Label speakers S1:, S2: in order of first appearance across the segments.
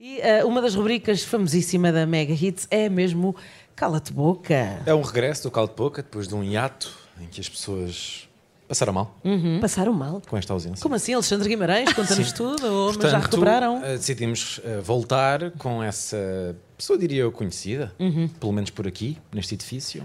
S1: E ah, uma das rubricas famosíssima da Mega Hits é mesmo Cala-te Boca.
S2: É um regresso do caldo de boca depois de um hiato em que as pessoas passaram mal
S1: Passaram mal.
S2: com esta ausência.
S1: Como assim, Alexandre Guimarães? Conta-nos tudo, ou, mas já
S2: Portanto,
S1: recuperaram?
S2: eh, decidimos eh, voltar com essa pessoa, diria eu, conhecida,
S1: Uhum.
S2: pelo menos por aqui, neste edifício.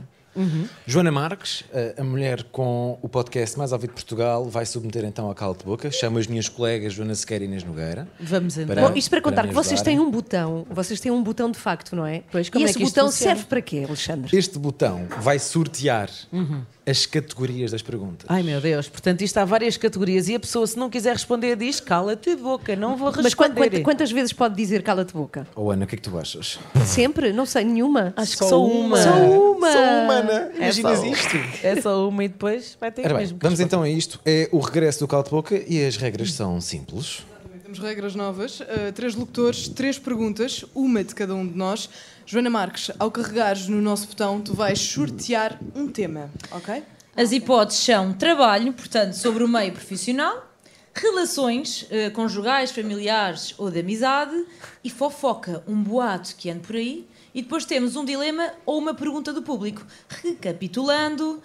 S2: Joana Marques, eh, a mulher com o podcast mais ouvido de Portugal, vai submeter então a cala de boca. Chamo as minhas colegas Joana Sequeira e Inês Nogueira.
S1: Vamos então.
S2: Para-
S3: Bom, isto para
S2: para
S3: contar
S2: me
S3: que vocês
S2: ajudarem.
S3: têm um botão, vocês têm um botão de facto, não é?
S1: Pois, como
S3: e
S1: é
S3: esse
S1: que isto
S3: botão
S1: funciona?
S3: serve para quê, Alexandre?
S2: Este botão vai sortear
S1: Uhum.
S2: as categorias das perguntas.
S1: Ai meu Deus, portanto isto há várias categorias e a pessoa se não quiser responder diz cala-te boca, não vou responder.
S3: Mas quan- quant- quantas vezes pode dizer cala-te boca?
S2: Oh Ana, o que é que tu achas?
S3: Sempre? Não sei, nenhuma?
S1: Acho que só uma.
S3: Só um. uma.
S2: Só uma, Ana.
S1: É só-
S2: Imaginas isto?
S1: É só uma e depois vai ter
S2: Ora bem,
S1: mesmo que
S2: vamos
S1: responder.
S2: então a isto. É o regresso do Cala de Boca e as regras são simples.
S4: Temos regras novas, eh, três locutores, três perguntas, uma de cada um de nós. Joana Marques, ao carregares no nosso botão, tu vais sortear um tema, ok?
S5: As hipóteses são trabalho, portanto, sobre o meio profissional, relações eh, conjugais, familiares ou de amizade e fofoca, um boato que ande por aí. E depois temos um dilema ou uma pergunta do público. Recapitulando,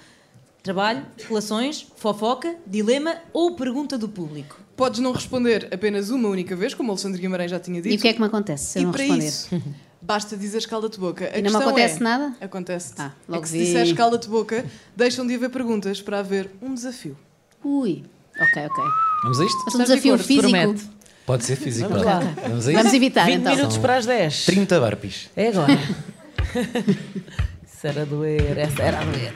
S5: trabalho, relações, fofoca, dilema ou pergunta do público.
S4: Podes não responder apenas uma única vez, como o Alexandre Guimarães já tinha dito.
S6: E o que é que me acontece se eu
S4: E
S6: não
S4: para
S6: responder?
S4: isso, basta dizeres cala-te boca. A
S6: E não me
S4: questão
S6: acontece
S4: é-
S6: nada?
S4: Acontece.
S6: Ah,
S4: é
S6: logo
S4: que se
S6: vi.
S4: disseres cala-te boca, deixam de haver perguntas para haver um desafio.
S6: Ui. Ok, ok.
S2: Vamos a isto?
S6: Mas um
S4: Estás de
S6: desafio
S4: acordo?
S6: físico.
S1: Promete.
S2: Pode ser físico. é? Vamos, a isto?
S6: Vamos evitar
S1: 20
S6: então.
S1: minutos para as 10.
S2: 30 burpees.
S1: É agora. Isso era a doer, essa era a doer.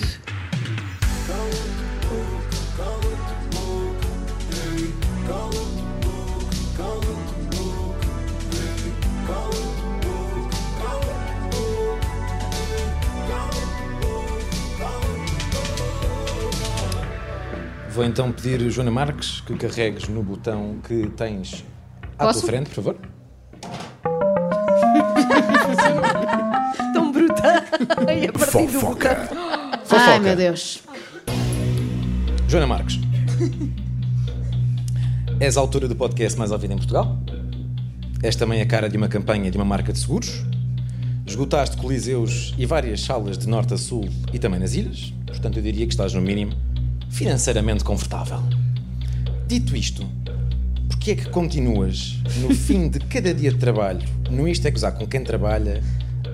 S2: Vou então pedir, Joana Marques, que carregues no botão que tens à
S6: Posso?
S2: tua frente, por favor.
S3: Tão brutal. Ai, a partir do botão.
S6: Ai
S2: Fofoca.
S6: meu Deus.
S2: Joana Marques. És a autora do podcast mais ouvido em Portugal. És também a cara de uma campanha de uma marca de seguros. Esgotaste coliseus e várias salas de norte a sul e também nas ilhas. Portanto, eu diria que estás, no mínimo, financeiramente confortável. Dito isto, porquê é que continuas, no fim de cada dia de trabalho, no Isto é Gozar com quem trabalha,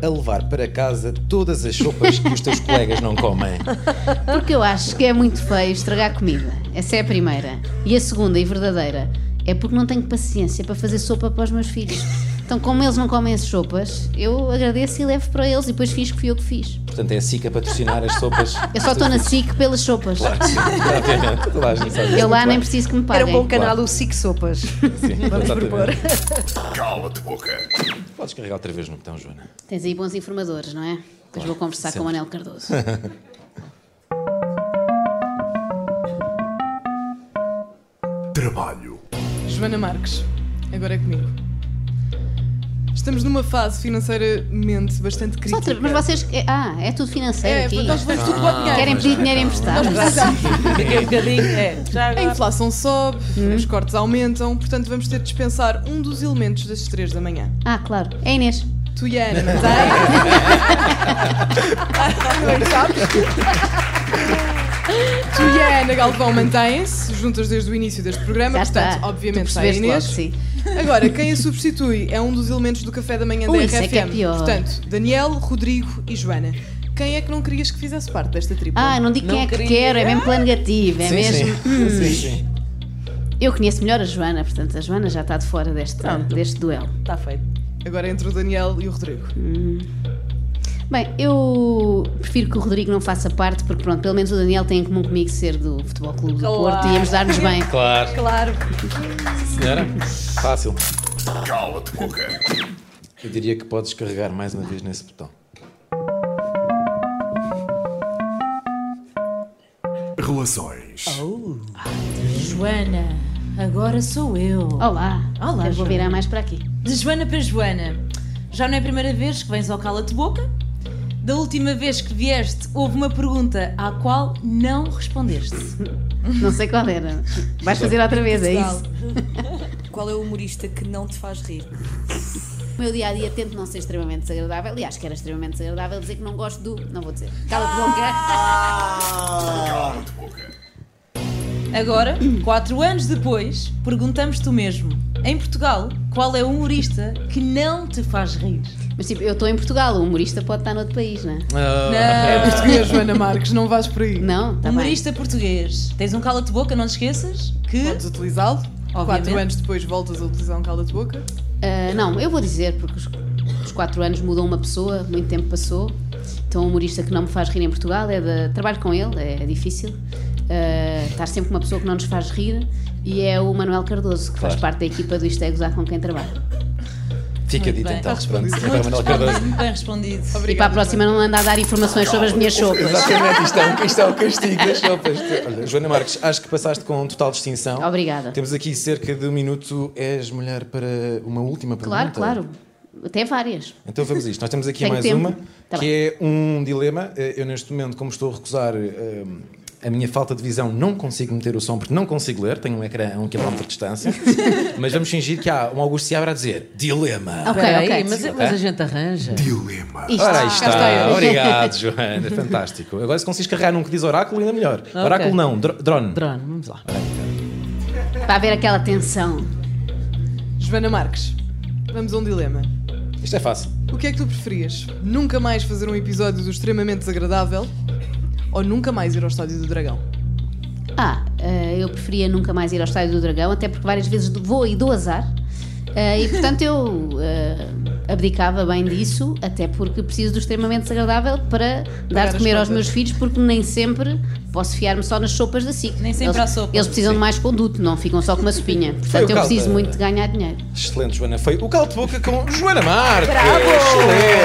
S2: a levar para casa todas as sopas que os teus colegas não comem?
S6: Porque eu acho que é muito feio estragar comida. Essa é a primeira. E a segunda e verdadeira é porque não tenho paciência para fazer sopa para os meus filhos. Então, como eles não comem as sopas, eu agradeço e levo para eles e depois fiz que fui eu que fiz.
S2: Portanto, é a SIC a patrocinar as sopas.
S6: Eu só estou na SIC pelas sopas.
S2: Claro que sim, obviamente. Toda a gente sabe disso
S6: Eu lá
S2: muito
S6: nem
S2: bem.
S6: preciso que me
S3: Era
S6: paguem.
S3: um bom canal o Sic Sopas.
S2: Sim,
S3: Vamos
S2: exatamente.
S3: propor.
S7: Cala-te boca.
S2: Podes carregar outra vez no botão, Joana.
S6: Tens aí bons informadores, não é? Depois vou conversar com o
S2: sempre.
S6: Anel Cardoso.
S7: Trabalho.
S4: Joana Marques, agora é comigo. Estamos numa fase financeiramente bastante
S6: Só
S4: crítica.
S6: outra- mas vocês. é- ah, é tudo financeiro
S4: É,
S6: aqui.
S4: nós vamos tudo para o dinheiro.
S6: Querem pedir dinheiro emprestado.
S1: Daqui a bocadinho, é. Já
S4: A
S1: agora.
S4: inflação sobe,
S6: Hum.
S4: os cortes aumentam, portanto vamos ter de dispensar um dos elementos das três da manhã.
S6: Ah, claro. É Inês.
S4: Tu e a Ana, mas há- Bem, sabes? Tu e a Ana Galvão mantêm-se juntas desde o início deste programa,
S6: Já
S4: portanto,
S6: está.
S4: obviamente,
S6: Tu
S4: sai a Inês.
S6: percebeste logo, sim.
S4: Agora, quem a substitui é um dos elementos do café da manhã
S6: Ui,
S4: da
S6: isso é
S4: RFM.
S6: que é pior.
S4: Portanto, Daniel, Rodrigo e Joana. Quem é que não querias que fizesse parte desta tripla?
S6: Ah, não digo
S1: Não
S6: quem é que
S1: queria.
S6: quero, é mesmo plano negativo, é mesmo.
S2: sim. sim, sim.
S6: Eu conheço melhor a Joana, portanto a Joana já está de fora deste, deste duelo.
S1: Está feito.
S4: Agora entre o Daniel e o Rodrigo.
S6: Bem, eu prefiro que o Rodrigo não faça parte, porque pronto, pelo menos o Daniel tem em comum comigo ser do Futebol Clube do
S1: Claro.
S6: Porto e íamos dar-nos bem.
S2: Claro.
S1: Claro.
S2: Senhora, fácil.
S7: Cala-te boca.
S2: Eu diria que podes carregar mais uma vez nesse botão.
S7: Relações.
S5: Joana, agora sou eu.
S6: Olá,
S5: Olá,
S6: eu vou
S5: Joana.
S6: virar mais para aqui.
S5: De Joana para Joana, já não é a primeira vez que vens ao Cala-te Boca? Da última vez que vieste, houve uma pergunta à qual não respondeste.
S6: Não sei qual era. Vais fazer outra vez, é isso?
S8: Qual é o humorista que não te faz rir?
S6: o meu dia a dia tento não ser extremamente desagradável. Aliás, que era extremamente desagradável dizer que não gosto do. Não vou dizer. Cala-te boca.
S7: Cala-te boca.
S5: Agora, quatro anos depois, perguntamos-te o mesmo. Em Portugal, qual é o humorista que não te faz rir?
S6: Mas tipo, eu estou em Portugal, o humorista pode estar noutro país, não é?
S2: Tá Ah,
S4: É português, Joana Marques, não vais por aí.
S6: Não? Tá bem.
S5: Ah, humorista português. Tens um cala-te-boca, não te esqueças, que...
S4: Podes utilizá-lo. Quatro
S5: Obviamente.
S4: anos depois voltas a utilizar um cala-de-boca.
S6: Ah, não, eu vou dizer, porque os, os quatro anos mudou uma pessoa, muito tempo passou. Então, um humorista que não me faz rir em Portugal, é de, trabalho com ele, é, difícil. Ah, estar sempre com uma pessoa que não nos faz rir. E é o Manuel Cardoso, que faz parte da equipa do Isto é Gozar com quem trabalho.
S2: Fica
S5: Muito
S2: dito
S5: bem.
S2: então.
S4: Está
S2: Pronto,
S4: respondido.
S2: Rafael Manuel Cardoso.
S5: Muito bem respondido.
S6: E para a próxima não anda a dar informações sobre as minhas sopas.
S2: Exatamente, isto é, um, isto é um castigo das sopas. Olha, Joana Marques, acho que passaste com um total distinção.
S6: Obrigada.
S2: Temos aqui cerca de um minuto. És mulher para uma última
S6: Claro,
S2: pergunta?
S6: claro. Até várias.
S2: Então vamos a isto. Nós temos aqui
S6: Tenho
S2: mais
S6: tempo.
S2: uma,
S6: Tá
S2: que é um dilema. Eh, Eu, neste momento, como estou a recusar eh, a minha falta de visão, não consigo meter o som porque não consigo ler. Tenho um ecrã a um quilómetro de distância. Mas vamos fingir que há um Augusto Seabra a dizer dilema.
S6: Ok,
S1: Espera aí,
S6: ok.
S1: mas, mas a gente arranja.
S7: Dilema.
S6: Isto.
S2: Ora, aí
S4: cá está
S2: está.
S4: eu.
S2: Obrigado, Joana. Fantástico. Agora, se conseguires carregar num que diz oráculo, ainda melhor. Oráculo não, dro- drone.
S1: Drone, vamos lá.
S6: Para haver aquela tensão.
S4: Joana Marques, vamos a um dilema.
S2: Isto é fácil.
S4: O que é que tu preferias? Nunca mais fazer um episódio do extremamente desagradável ou nunca mais ir ao Estádio do Dragão?
S6: Ah, eh, eu preferia nunca mais ir ao Estádio do Dragão, até porque várias vezes do- vou e dou azar. Eh, e portanto eu eh, abdicava bem disso, até porque preciso do extremamente desagradável para dar
S4: as
S6: de comer aos
S4: contas.
S6: meus filhos, porque nem sempre posso fiar-me só nas sopas da SIC.
S5: Nem sempre
S6: eles,
S5: há sopa.
S6: Eles precisam de mais conduto, não ficam só com uma sopinha. Portanto eu
S2: caldo.
S6: preciso muito de ganhar dinheiro.
S2: Excelente, Joana. Foi o Caldo Boca com Joana Marques. Excelente.